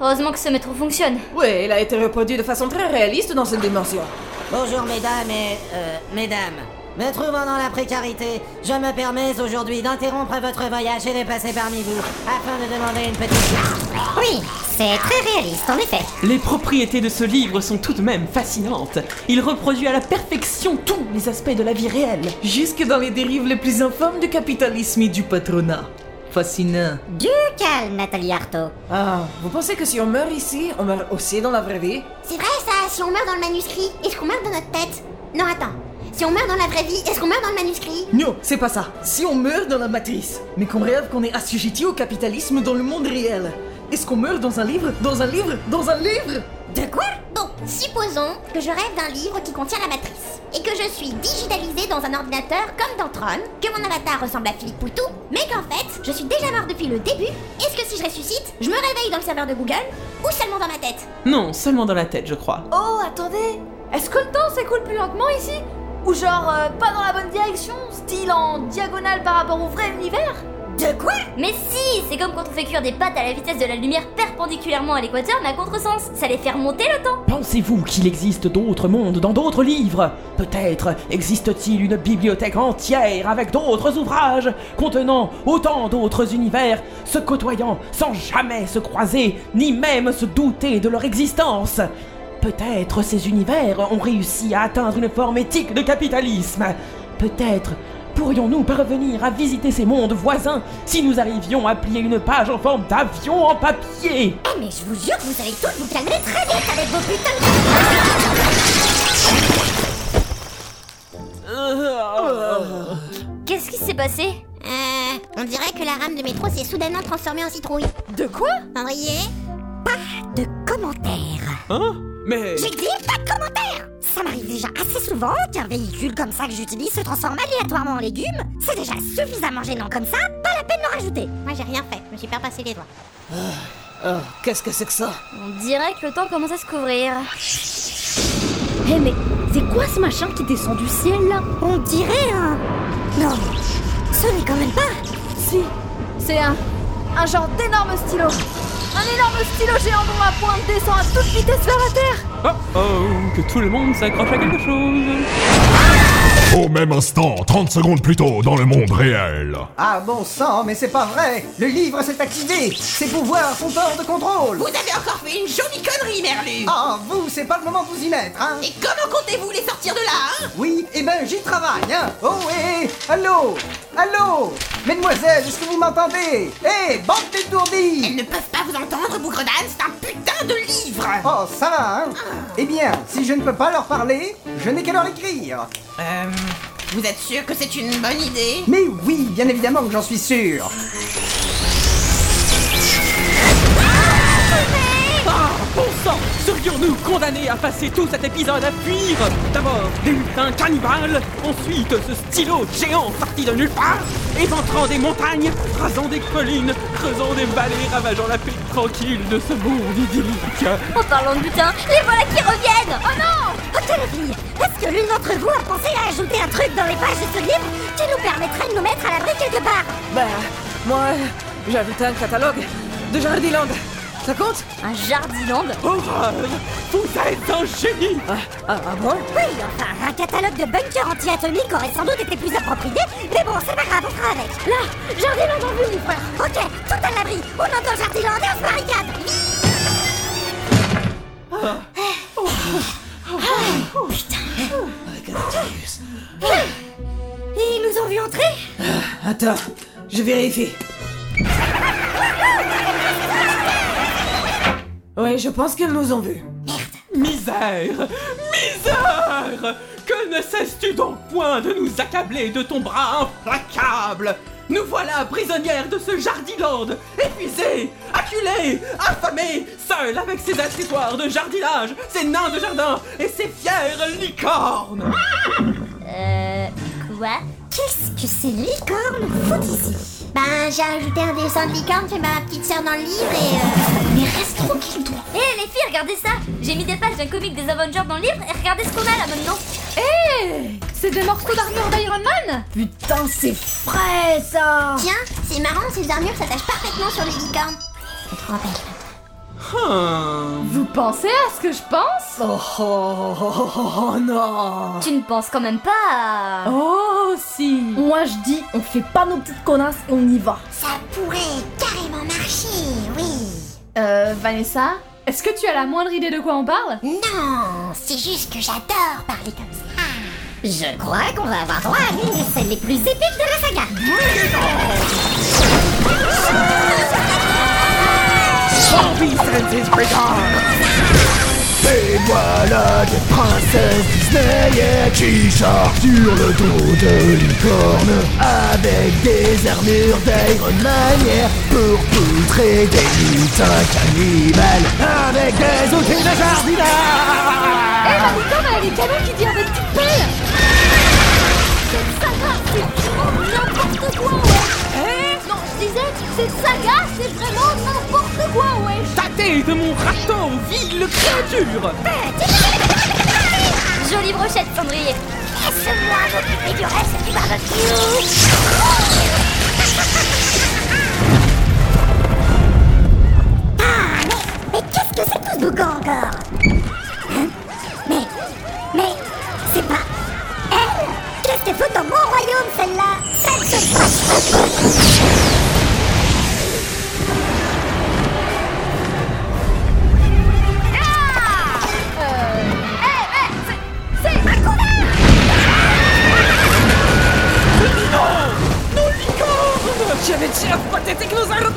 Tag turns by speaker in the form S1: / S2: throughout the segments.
S1: Heureusement que ce métro fonctionne.
S2: Oui, elle a été reproduite de façon très réaliste dans cette dimension.
S3: Bonjour mesdames et... euh, mesdames. Me trouvant dans la précarité, je me permets aujourd'hui d'interrompre votre voyage et de passer parmi vous, afin de demander une petite...
S4: Oui, c'est très réaliste en effet.
S5: Les propriétés de ce livre sont tout de même fascinantes. Il reproduit à la perfection tous les aspects de la vie réelle.
S2: Jusque dans les dérives les plus infâmes du capitalisme et du patronat. Fascinant.
S4: Du calme, Nathalie Artaud.
S2: Ah, vous pensez que si on meurt ici, on meurt aussi dans la vraie vie
S6: C'est vrai ça, si on meurt dans le manuscrit, est-ce qu'on meurt dans notre tête Non, attends. Si on meurt dans la vraie vie, est-ce qu'on meurt dans le manuscrit
S2: Non, c'est pas ça. Si on meurt dans la matrice, mais qu'on rêve qu'on est assujetti au capitalisme dans le monde réel, est-ce qu'on meurt dans un livre Dans un livre Dans un livre
S6: De quoi Bon, supposons que je rêve d'un livre qui contient la matrice, et que je suis digitalisée dans un ordinateur comme dans Tron, que mon avatar ressemble à Philippe Poutou, mais qu'en fait, je suis déjà mort depuis le début, est-ce que si je ressuscite, je me réveille dans le serveur de Google, ou seulement dans ma tête
S5: Non, seulement dans la tête, je crois.
S7: Oh, attendez Est-ce que le temps s'écoule plus lentement ici Ou genre, euh, pas dans la bonne direction, style en diagonale par rapport au vrai univers
S6: De quoi
S1: Mais si C'est comme quand on fait cuire des pâtes à la vitesse de la lumière perpendiculairement à l'équateur, mais à contresens. Ça les fait remonter le temps.
S8: Pensez-vous qu'il existe d'autres mondes dans d'autres livres Peut-être existe-t-il une bibliothèque entière avec d'autres ouvrages contenant autant d'autres univers, se côtoyant sans jamais se croiser, ni même se douter de leur existence Peut-être ces univers ont réussi à atteindre une forme éthique de capitalisme. Peut-être pourrions-nous parvenir à visiter ces mondes voisins si nous arrivions à plier une page en forme d'avion en papier
S6: Eh mais je vous jure que vous allez tous vous calmer très vite avec vos putains de...
S4: Euh.
S1: Qu'est-ce qui s'est passé
S6: Euh, on dirait que la rame de métro s'est soudainement transformée en citrouille.
S7: De quoi
S6: Cendrier
S4: De commentaires.
S5: Mais...
S4: Je dis pas de commentaires Ça m'arrive déjà assez souvent qu'un véhicule comme ça que j'utilise se transforme aléatoirement en légumes. C'est déjà suffisamment gênant comme ça, pas la peine d'en rajouter.
S6: Moi j'ai rien fait, je me suis pas passé les doigts.
S2: Ah, qu'est-ce que c'est que ça
S1: On dirait que le temps commence à se couvrir. Eh mais, c'est quoi ce machin qui descend du ciel là
S4: On dirait un... Non, ce n'est quand même pas...
S7: Si, c'est un. un genre d'énorme stylo Un énorme stylo géant dont la pointe descend à toute vitesse vers la Terre
S5: Oh oh, que tout le monde s'accroche à quelque chose.
S9: Au même instant, 30 secondes plus tôt, dans le monde réel.
S10: Ah bon sang, mais c'est pas vrai Le livre s'est activé Ses pouvoirs sont hors de contrôle
S11: Vous avez encore fait une jolie connerie, Merlu
S10: Ah, vous, c'est pas le moment de vous y mettre, hein
S11: Et comment comptez-vous les sortir de là, hein
S10: Oui, eh ben j'y travaille, hein Oh, hé Allô Allô Mesdemoiselles, est-ce que vous m'entendez Hé, bande d'étourdis
S11: Elles ne peuvent pas vous entendre, bougre d'âne, c'est un putain de livre
S10: Oh, ça va, hein
S11: Ah.
S10: Eh bien, si je ne peux pas leur parler, je n'ai qu'à leur écrire
S11: Euh... Vous êtes sûr que c'est une bonne idée
S10: Mais oui, bien évidemment que j'en suis sûr
S5: Ah, bon sang Serions-nous condamnés à passer tout cet épisode à fuir D'abord des lutins cannibales, ensuite ce stylo géant parti de nulle part, éventrant des montagnes, rasant des collines, creusant des vallées, ravageant la paix tranquille de ce monde idyllique.
S1: En parlant de butin, les voilà qui reviennent Oh non
S4: Ok les filles, est-ce que l'une d'entre vous a pensé à ajouter un truc dans les pages de ce livre qui nous permettrait de nous mettre à l'abri quelque part
S2: Bah, moi, j'ai ajouté un catalogue de Jardiland. Ça compte
S1: Un jardiland
S5: Horreur Vous êtes un génie
S2: ah, ah, ah bon
S4: Oui, enfin, un catalogue de bunkers anti-atomiques aurait sans doute été plus approprié, mais bon, c'est pas grave, on fera avec. Là, Jardiland en vue, mon frère Ok, tout à l'abri, on entend Jardiland et on se barricade Ah, Et ils nous ont vu entrer
S2: Attends, je vérifie. Oui, je pense qu'elles nous ont vus.
S5: Misère Misère Que ne cesses-tu donc point de nous accabler de ton bras implacable Nous voilà prisonnières de ce jardiland, épuisés, acculés, affamés, seuls avec ses accessoires de jardinage, ses nains de jardin et ses fières licornes
S1: Euh... Quoi
S4: Qu'est-ce que ces licornes foutent ici
S6: Ben, j'ai ajouté un dessin de licorne fait par ma petite sœur dans le livre et... Euh... Mais reste tranquille, toi
S1: Eh les filles, regardez ça J'ai mis des pages d'un comique des Avengers dans le livre et regardez ce qu'on a là maintenant
S6: Eh,
S7: C'est des morceaux d'armure d'Iron Man
S2: Putain, c'est
S7: Frais ça
S6: Tiens, c'est marrant, ces armures s'attachent parfaitement sur les licornes. C'est trop belle.
S7: Vous pensez à ce que je pense
S2: oh, oh, oh, oh, oh, oh, non
S1: Tu ne penses quand même pas à...
S7: Oh si
S12: Moi je dis, on fait pas nos petites connasses et on y va.
S6: Ça pourrait carrément marcher, oui.
S7: Euh, Vanessa, est-ce que tu as la moindre idée de quoi on parle
S6: Non, Hein, c'est juste que j'adore parler comme ça.
S4: Je crois qu'on va avoir droit à l'une des scènes les plus épiques de la saga.
S13: Et voilà des princesses Disney qui chargent sur le dos de licorne Avec des armures d'aigre manière Pour poutrer des lutins cannibales Avec des outils de
S7: Eh,
S13: jardinage
S7: ma licorne, elle a des canons qui tirent des petites pelles
S6: Cette saga, c'est vraiment n'importe quoi, ouais.
S5: Hein
S6: non, je disais, cette saga, c'est vraiment n'importe quoi, ouais.
S5: Tâtez de mon raton, vile créature
S1: Jolie brochette, cendrier
S6: Laisse-moi m'occuper du reste du barbecue.
S4: Ah, mais, mais qu'est-ce que c'est que ce bougon encore Hein Mais, mais, c'est pas elle Qu'est-ce qu'elle fout dans mon royaume, celle-là Sale chose. Ah! Euh,
S2: J'avais déjà pathétique nos armes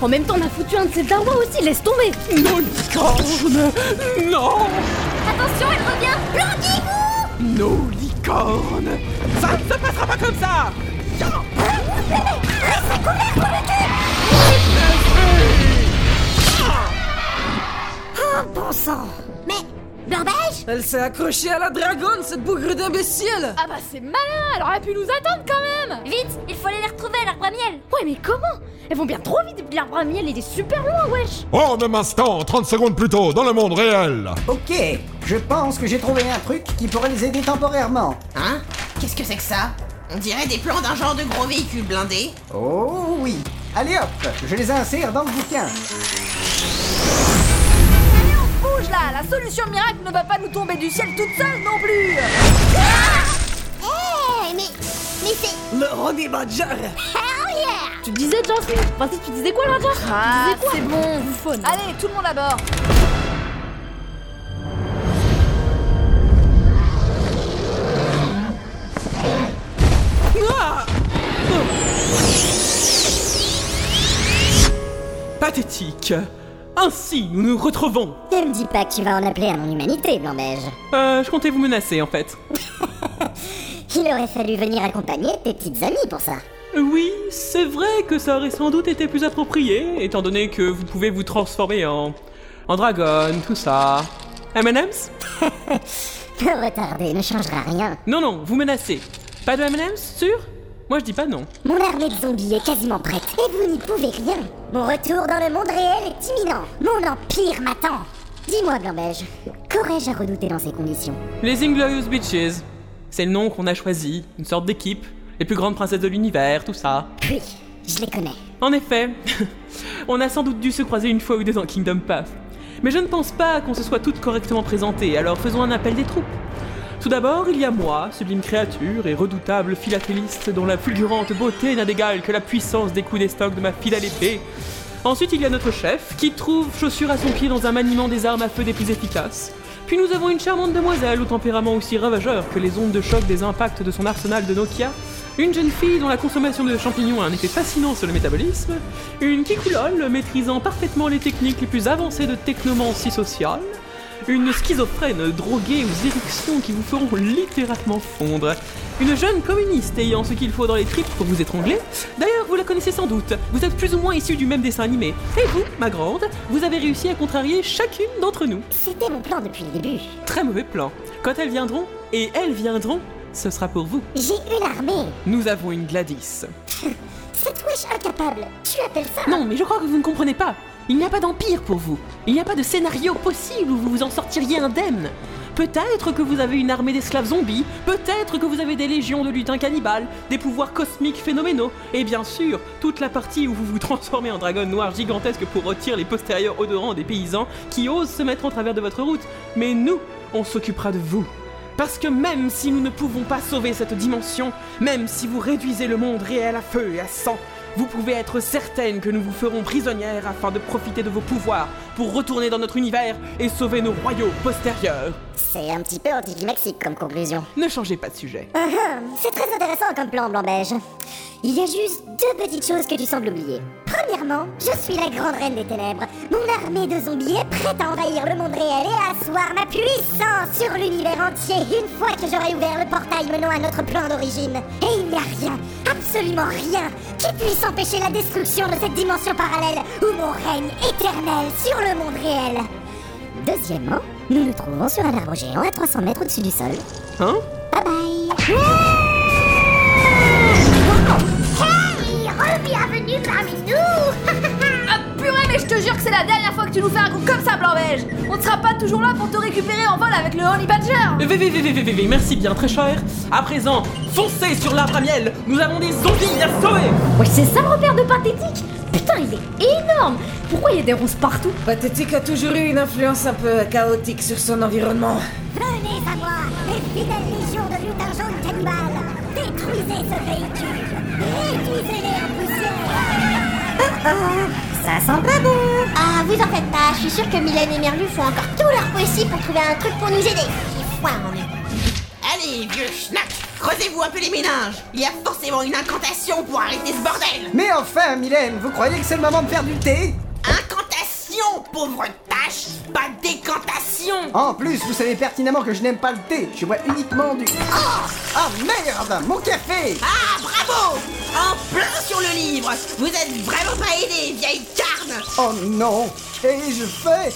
S1: En même temps, on a foutu un de ses darons aussi, laisse tomber
S5: Non, licorne Non
S1: Attention, elle revient Bloquez-vous
S5: Nos licornes Ça ne se passera pas comme ça
S4: Oh, bon sang
S6: Mais, Blanc-Beige
S2: Elle s'est accrochée à la dragonne, cette bougre d'imbécile
S7: Ah bah c'est malin, elle aurait pu nous attendre quand même
S1: Vite, il faut aller les retrouver, l'arbre à miel Ouais, mais comment Elles vont bien trop vite, l'arbre à miel, il est super loin, wesh
S9: Hors de l'instant, 30 secondes plus tôt, dans le monde réel
S10: Ok, je pense que j'ai trouvé un truc qui pourrait les aider temporairement.
S11: Hein Qu'est-ce que c'est que ça On dirait des plans d'un genre de gros véhicule blindé.
S10: Oh oui Allez hop, je les insère dans le bouquin.
S7: Bouge là, la solution miracle ne va pas nous tomber du ciel toute seule non plus
S6: Eh, mais, mais c'est...
S2: Le Ronnie Badger
S6: Hell yeah
S1: Tu disais, Jasmine Enfin, si, tu disais quoi, là, Jasmine
S7: Ah,
S1: Tu disais
S7: c'est
S1: quoi
S7: bon
S1: Bouffonne.
S7: Allez, tout le monde à bord
S5: Pathétique Ainsi, nous nous retrouvons
S4: Ne me dis pas que tu vas en appeler à mon humanité, Blanc-Beige.
S5: Euh, je comptais vous menacer, en fait.
S4: Il aurait fallu venir accompagner tes petites amies pour ça.
S5: Oui, c'est vrai que ça aurait sans doute été plus approprié, étant donné que vous pouvez vous transformer en... en dragon, tout ça. M&M's
S4: Le retarder ne changera rien.
S5: Non, non, vous menacez. Pas de M&M's, sûr Moi, je dis pas non.
S4: Mon armée de zombies est quasiment prête et vous n'y pouvez rien. Mon retour dans le monde réel est imminent. Mon empire m'attend. Dis-moi, Blanc-Beige, qu'aurais-je à redouter dans ces conditions
S5: Les Inglorious Bitches. C'est le nom qu'on a choisi, une sorte d'équipe, les plus grandes princesses de l'univers, tout ça.
S4: Oui, je les connais.
S5: En effet, on a sans doute dû se croiser une fois ou deux dans Kingdom Path. Mais je ne pense pas qu'on se soit toutes correctement présentées, alors faisons un appel des troupes. Tout d'abord, il y a moi, sublime créature et redoutable philatéliste dont la fulgurante beauté n'a d'égal que la puissance des coups d'estoc de ma fidèle épée. Ensuite, il y a notre chef, qui trouve chaussure à son pied dans un maniement des armes à feu des plus efficaces. Puis nous avons une charmante demoiselle au tempérament aussi ravageur que les ondes de choc des impacts de son arsenal de Nokia. Une jeune fille dont la consommation de champignons a un effet fascinant sur le métabolisme. Une kikoulole maîtrisant parfaitement les techniques les plus avancées de technomancie sociale. Une schizophrène droguée aux érections qui vous feront littéralement fondre. Une jeune communiste ayant ce qu'il faut dans les tripes pour vous étrangler. D'ailleurs, vous la connaissez sans doute. Vous êtes plus ou moins issus du même dessin animé. Et vous, ma grande, vous avez réussi à contrarier chacune d'entre nous.
S4: C'était mon plan depuis le début.
S5: Très mauvais plan. Quand elles viendront, et elles viendront, ce sera pour vous.
S4: J'ai une armée.
S5: Nous avons une Gladys.
S4: Cette wesh incapable, tu appelles ça
S5: Non, mais je crois que vous ne comprenez pas. Il n'y a pas d'empire pour vous. Il n'y a pas de scénario possible où vous vous en sortiriez indemne. Peut-être que vous avez une armée d'esclaves zombies, peut-être que vous avez des légions de lutins cannibales, des pouvoirs cosmiques phénoménaux, et bien sûr, toute la partie où vous vous transformez en dragon noir gigantesque pour retirer les postérieurs odorants des paysans qui osent se mettre en travers de votre route. Mais nous, on s'occupera de vous. Parce que même si nous ne pouvons pas sauver cette dimension, même si vous réduisez le monde réel à feu et à sang, vous pouvez être certaine que nous vous ferons prisonnière afin de profiter de vos pouvoirs pour retourner dans notre univers et sauver nos royaux postérieurs.
S4: C'est un petit peu anticlimaxique comme conclusion.
S5: Ne changez pas de sujet.
S4: Ah ah, C'est très intéressant comme plan, Blanc-Beige. Il y a juste deux petites choses que tu sembles oublier. Premièrement, je suis la grande reine des ténèbres. Mon armée de zombies est prête à envahir le monde réel et à asseoir ma puissance sur l'univers entier une fois que j'aurai ouvert le portail menant à notre plan d'origine. Et il n'y a rien, absolument rien, qui puisse empêcher la destruction de cette dimension parallèle où mon règne éternel sur le monde réel. Deuxièmement, nous nous trouvons sur un arbre géant à 300 mètres au-dessus du sol.
S5: Hein
S4: Bye bye
S14: Hey, re-bienvenue parmi nous
S7: Ah, Purée, mais je te jure que c'est la dernière fois que tu nous fais un coup comme ça, Blanc-Beige On ne sera pas toujours là pour te récupérer en vol avec le Honey Badger
S5: VVVVVV, merci bien très cher. À présent, foncez sur l'arbre à miel. Nous avons des zombies à sauver.
S15: Ouais, c'est ça le repère de pathétique Putain, il est énorme Pourquoi il y a des roses partout
S2: Pathétique a toujours eu une influence un peu chaotique sur son environnement.
S4: Venez à moi, les fidèles légions de lutins jaunes cannibales Détruisez ce véhicule Réduisez-les en poussière
S14: Ça sent pas bon Ah, vous en faites pas, je suis sûre que Mylène et Merlu font encore tout leur possible pour trouver un truc pour nous aider. J'ai foi en eux.
S11: Allez, vieux schnack, creusez-vous un peu les méninges. Il y a forcément une incantation pour arrêter ce bordel.
S10: Mais enfin, Mylène, vous croyez que c'est le moment de faire du thé
S11: Incantation, pauvre tâche, pas décantation.
S10: En plus, vous savez pertinemment que je n'aime pas le thé. Je bois uniquement du... Ah Ah, merde Mon café
S11: Oh. Ah, bravo En plein sur le livre Vous êtes vraiment pas aidé, vieille carne
S10: Oh non Et je fais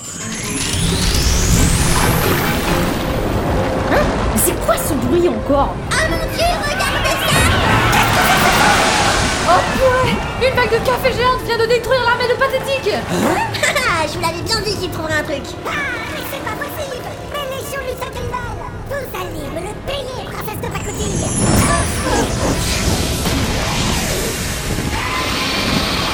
S15: Mais c'est quoi ce bruit encore
S14: Oh mon dieu, regardez ça
S7: Oh purée Une vague de café géante vient de détruire l'armée de pathétique
S14: Ah, Je vous l'avais bien dit qu'il trouverait un truc.
S4: Ah, mais c'est pas possible Mes légions lutins cannibales Vous allez me le payer, princesse de pacotille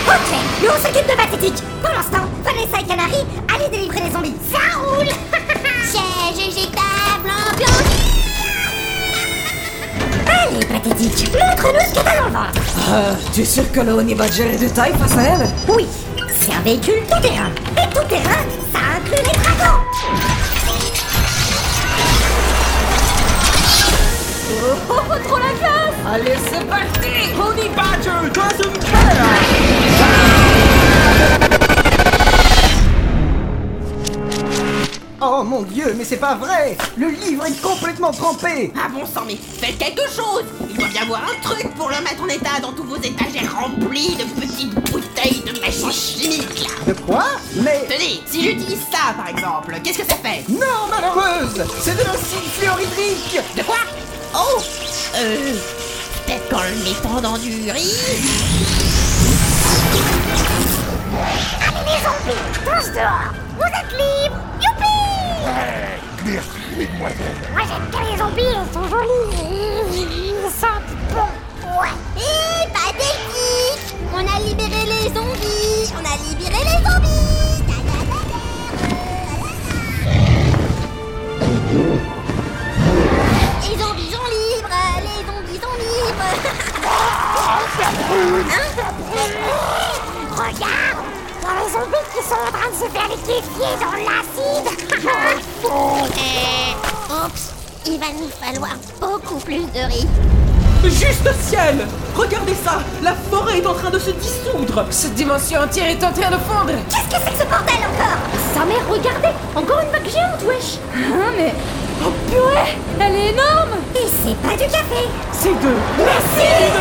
S4: Ok, nous on s'occupe de Pathétique Pour l'instant, Vanessa et Canary, allez délivrer les zombies Ça roule
S14: Siège éjectable, ambiance
S4: Allez, Pathétique, montre-nous ce que t'as dans le ventre
S2: Ah, tu es sûr que le Honey Badger est de taille face à elle
S4: Oui, c'est un véhicule tout-terrain. Et tout-terrain, ça inclut les dragons.
S7: Oh, oh, oh, trop la classe
S2: Allez, c'est parti Honey Badger doesn't
S10: Oh mon dieu, mais c'est pas vrai Le livre est complètement trempé
S11: Ah bon sang, mais faites quelque chose Il doit y avoir un truc pour le mettre en état dans tous vos étagères remplis de petites bouteilles de machines chimiques, là
S10: De quoi Mais...
S11: Tenez, si j'utilise ça, par exemple, qu'est-ce que ça fait
S10: Non, malheureuse C'est de l'acide fluorhydrique
S11: De quoi Oh Euh... Peut-être qu'en le mettant dans du riz...
S4: Allez, les zombies, tous dehors. Vous êtes libres. Youpi
S16: Merci, mesdemoiselles.
S4: Moi, j'aime que les zombies, ils sont jolis. Ils sentent bon. Ouais.
S14: Hé, pas d'équipe On a libéré les zombies On a libéré les zombies Ta, ta, ta, ta. Les zombies sont libres Les zombies sont libres Hein
S4: Regarde Il y a les zombies qui sont en train de se faire liquéfier dans l'acide
S14: Euh, Oups Il va nous falloir beaucoup plus de riz.
S5: Juste ciel Regardez ça La forêt est en train de se dissoudre
S2: Cette dimension entière est en train de fondre
S14: Qu'est-ce que c'est que ce bordel encore
S15: Sa mère, regardez Encore une vague géante, wesh Hein, mais...
S7: Oh purée Elle est énorme
S4: Et c'est pas du café
S5: C'est de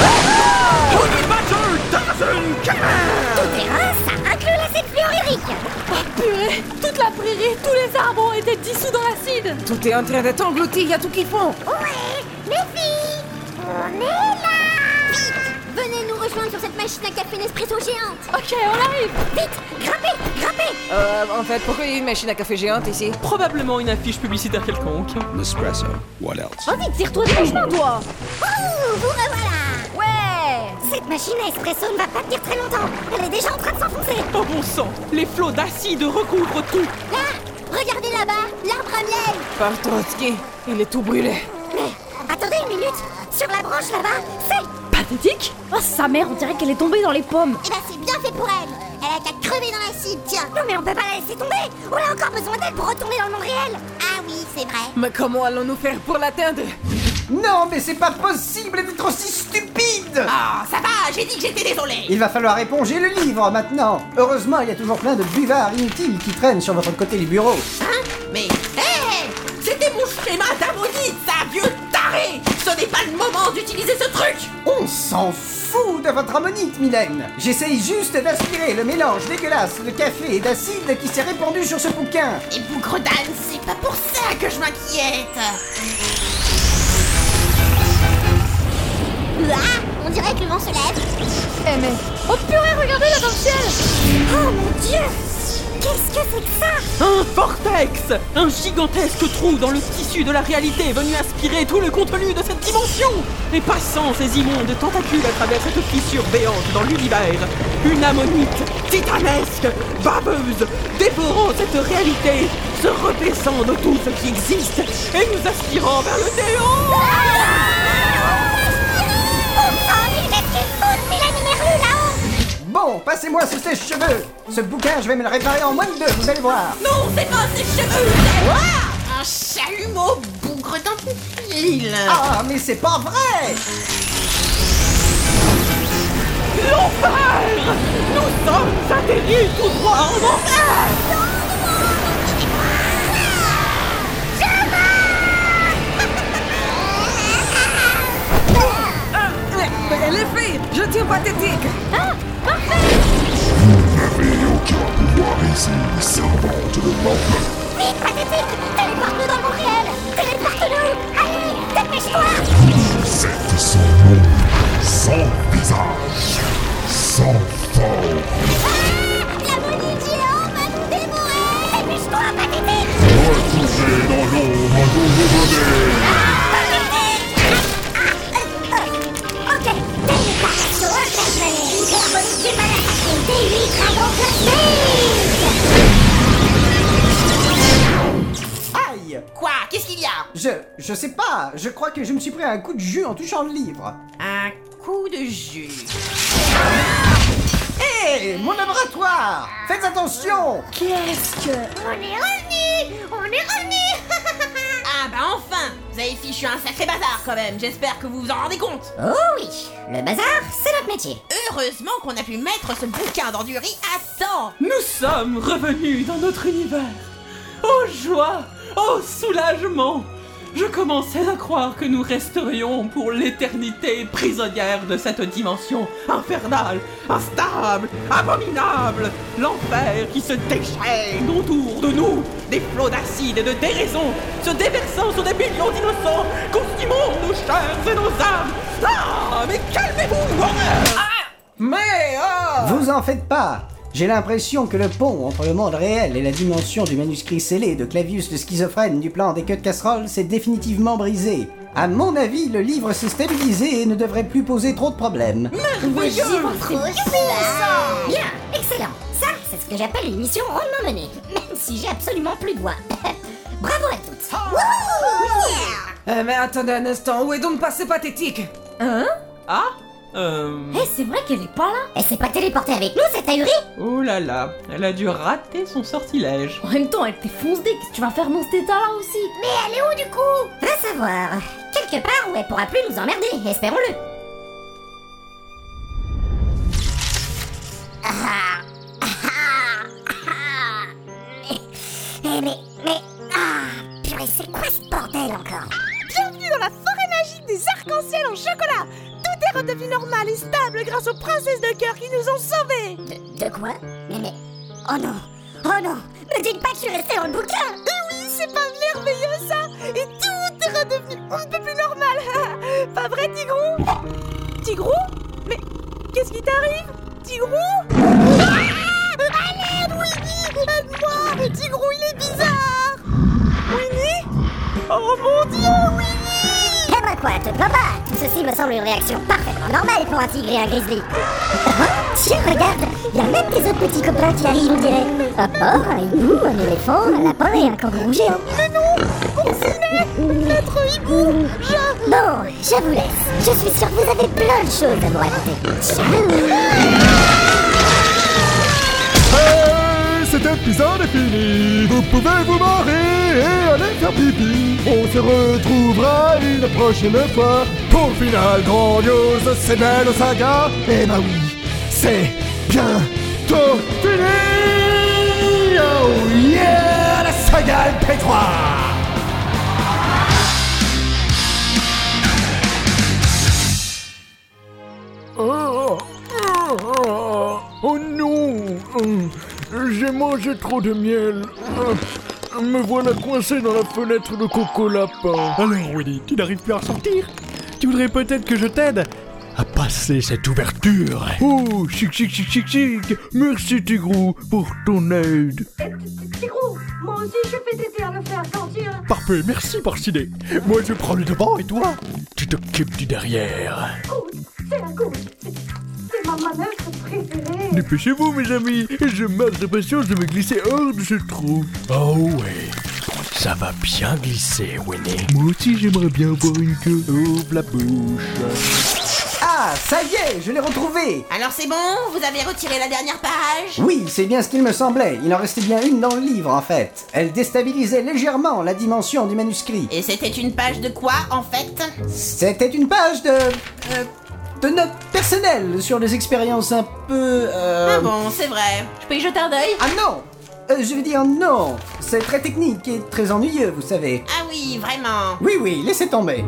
S17: Honey Badger doesn't care
S4: Tout-terrain, ça inclut l'acide fluorhydrique
S7: Oh purée Toute la prairie, tous les arbres ont été dissous dans l'acide
S2: Tout est en train d'être englouti, y a tout qui fond.
S4: Ouais, les filles, on est là Vite, venez nous rejoindre sur cette machine à café Nespresso géante
S18: Ok, on arrive
S4: Vite, grimpez, grimpez
S2: Euh, en fait, pourquoi il y a une machine à café géante ici
S5: Probablement une affiche publicitaire quelconque.
S19: Nespresso. What else?
S20: Oh vite, tire-toi du chemin, toi
S4: Oh, vous revoilà
S18: Ouais
S21: Cette machine à espresso ne va pas tenir très longtemps. Elle est déjà en train de s'enfoncer.
S5: Oh bon sang Les flots d'acide recouvrent tout
S4: Là, regardez là-bas, l'arbre à miel
S2: Par Trotsky, il est tout brûlé.
S21: Mais attendez une minute. Sur la branche là-bas, c'est...
S20: Pathétique Oh, sa mère, on dirait qu'elle est tombée dans les pommes
S4: Eh ben, c'est bien fait pour elle Elle a qu'à crever dans l'acide, tiens
S21: Non mais on peut pas la laisser tomber. On a encore besoin d'elle pour retomber dans le monde réel.
S4: Ah oui, c'est vrai
S2: Mais comment allons-nous faire pour l'atteindre
S10: Non, mais c'est pas possible d'être aussi stupide
S3: Ah, ça va, j'ai dit que j'étais désolé
S10: Il va falloir éponger le livre maintenant. Heureusement, il y a toujours plein de buvards inutiles qui traînent sur votre côté du bureau.
S3: Hein Mais, hé C'était mon schéma d'ammonite, ça, vieux taré Ce n'est pas le moment d'utiliser ce truc
S10: On s'en fout de votre ammonite, Mylène J'essaye juste d'aspirer le mélange dégueulasse de café et d'acide qui s'est répandu sur ce bouquin.
S3: Et bougre d'âne, c'est pas pour ça que je m'inquiète
S4: Ah, on dirait que le vent se lève
S18: Eh mais... Oh purée, regardez là dans le ciel
S21: Oh mon dieu Qu'est-ce que c'est que ça
S5: Un vortex Un gigantesque trou dans le tissu de la réalité venu aspirer tout le contenu de cette dimension Et passant ces immondes tentacules à travers cette fissure béante dans l'univers, une ammonite titanesque, baveuse, dévorant cette réalité, se repaissant de tout ce qui existe et nous aspirant vers le néant
S4: Ah, Oh,
S10: Bon, passez-moi ce sèche-cheveux Ce bouquin, je vais me le réparer en moins de deux, vous allez voir
S3: Non, c'est pas ses cheveux c'est- Un chalumeau bougre dans toute l'île
S10: Ah, mais c'est pas vrai
S5: L'enfer Nous sommes atterris tout droit en enfer
S2: Mais les filles, je tiens pathétique
S22: n'avez aucun pouvoir ici, servante de Mormon.
S21: Vite, pathétique Téléporte-nous dans le monde réel Téléporte-nous Allez, dépêche-toi
S22: Vous êtes sans nom, sans visage, sans forme.
S21: Ah,
S4: L'ammonite géante va nous dévorer
S21: Dépêche-toi, pathétique
S22: Retrouvez dans l'ombre d'où vous venez.
S21: Ah, Ok, téléportation instantanée Hyperbolique du malatassin D8 dragons cosmiques
S10: Aïe
S3: Quoi Qu'est-ce qu'il y a
S10: Je... je sais pas Je crois que je me suis pris un coup de jus en touchant le livre
S3: Un coup de jus.
S10: Hé Mon laboratoire Faites attention
S21: Qu'est-ce que...
S4: On est revenus On est revenus
S3: Ah bah enfin Vous avez fichu un sacré bazar quand même, j'espère que vous vous en rendez compte
S4: Oh oui Le bazar, c'est notre métier
S3: Heureusement qu'on a pu mettre ce bouquin dans du riz à temps
S5: Nous sommes revenus dans notre univers. Oh joie, oh soulagement. Je commençais à croire que nous resterions pour l'éternité prisonnières de cette dimension infernale, instable, abominable. L'enfer qui se déchaîne autour de nous, des flots d'acide et de déraison, se déversant sur des millions d'innocents, consumant nos chairs et nos âmes. Ah, mais calmez-vous, horreur ah.
S2: Mais oh
S10: Vous en faites pas J'ai l'impression que le pont entre le monde réel et la dimension du manuscrit scellé de Clavius le schizophrène du plan des queues de casserole s'est définitivement brisé. À mon avis, le livre s'est stabilisé et ne devrait plus poser trop de problèmes.
S3: Merveilleux
S4: Trop ça Bien, excellent Ça, c'est ce que j'appelle une mission rondement menée, même si j'ai absolument plus de voix. Bravo à toutes Wouhou
S2: Euh, mais attendez un instant, où est donc passé pathétique
S20: Hein
S5: Ah Euh...
S20: Eh, c'est vrai qu'elle est pas là
S4: Elle s'est pas téléportée avec nous, cette ahuri
S5: Oh là là, elle a dû rater son sortilège.
S20: En même temps, elle t'effonce dès que tu vas faire mon état là aussi
S4: Mais elle est où, du coup Va savoir Quelque part où elle pourra plus nous emmerder, espérons-le Ah Ah Ah
S21: Eh mais... mais... Ah Purée, c'est quoi ce bordel encore
S23: Bienvenue dans la forêt magique des arcs-en-ciel en chocolat Tout est redevenu normal et stable grâce aux princesses de cœur qui nous ont sauvés
S21: De quoi Mais mais... Oh non Oh non Me dites pas que je suis restée dans le bouquin
S23: Eh oui,
S4: c'est pas merveilleux ça Et tout est redevenu on ne peut plus normal Pas vrai, Tigrou Tigrou Mais qu'est-ce qui t'arrive Tigrou ah Allez, Winnie Aide-moi Tigrou, il est bizarre Winnie Oh mon dieu, Winnie
S7: Calme-toi, te plains pas Ceci me semble une réaction parfaitement normale pour un tigre et un grizzly. Ah, Tiens, regarde Il y a même des autres petits copains qui arrivent, on dirait. Ah, Un porc, un hibou, un éléphant, un lapin et un kangourou géant.
S4: Mais non Coursinet Maître Hibou Je...
S7: Bon, je vous laisse. Je suis sûre que vous avez plein de choses à nous raconter. Ciao
S24: Et cet épisode est fini. Vous pouvez vous marrer et aller faire pipi. On se retrouvera une prochaine fois pour le final grandiose de ces belles sagas. Eh bah oui, c'est bientôt fini. Oh yeah, la saga MP3.
S25: Oh, oh, oh, oh non hum, J'ai mangé trop de miel. Ah, Me voilà coincé dans la fenêtre de Coco Lapin.
S26: Alors, Willy, tu n'arrives plus à sortir Tu voudrais peut-être que je t'aide à passer cette ouverture
S25: Oh, chic, chic, chic, chic, chic Merci Tigrou pour ton aide.
S27: Tigrou, moi aussi je vais t'aider à le faire sortir.
S26: Parfait, merci Porcinet Moi je prends le devant et toi Tu t'occupes du derrière
S27: Cool, c'est la cool. C'est c'est ma manœuvre préférée.
S25: Dépêchez-vous mes amis, je marche d'impatience de me glisser hors de ce trou.
S26: Oh oui Ça va bien glisser, Winnie
S25: Moi aussi j'aimerais bien avoir une queue. Ouvre la bouche.
S10: Ah, ça y est, je l'ai retrouvé
S11: Alors c'est bon Vous avez retiré la dernière page
S10: Oui, c'est bien ce qu'il me semblait. Il en restait bien une dans le livre, en fait. Elle déstabilisait légèrement la dimension du manuscrit.
S11: Et c'était une page de quoi, en fait
S10: C'était une page de... euh, de notes personnelles sur des expériences un peu... euh,
S11: Ah bon, c'est vrai. Je peux y jeter un d'œil
S10: Ah non Euh, Je veux dire non C'est très technique et très ennuyeux, vous savez.
S11: Ah oui, vraiment
S10: Oui, oui, laissez tomber.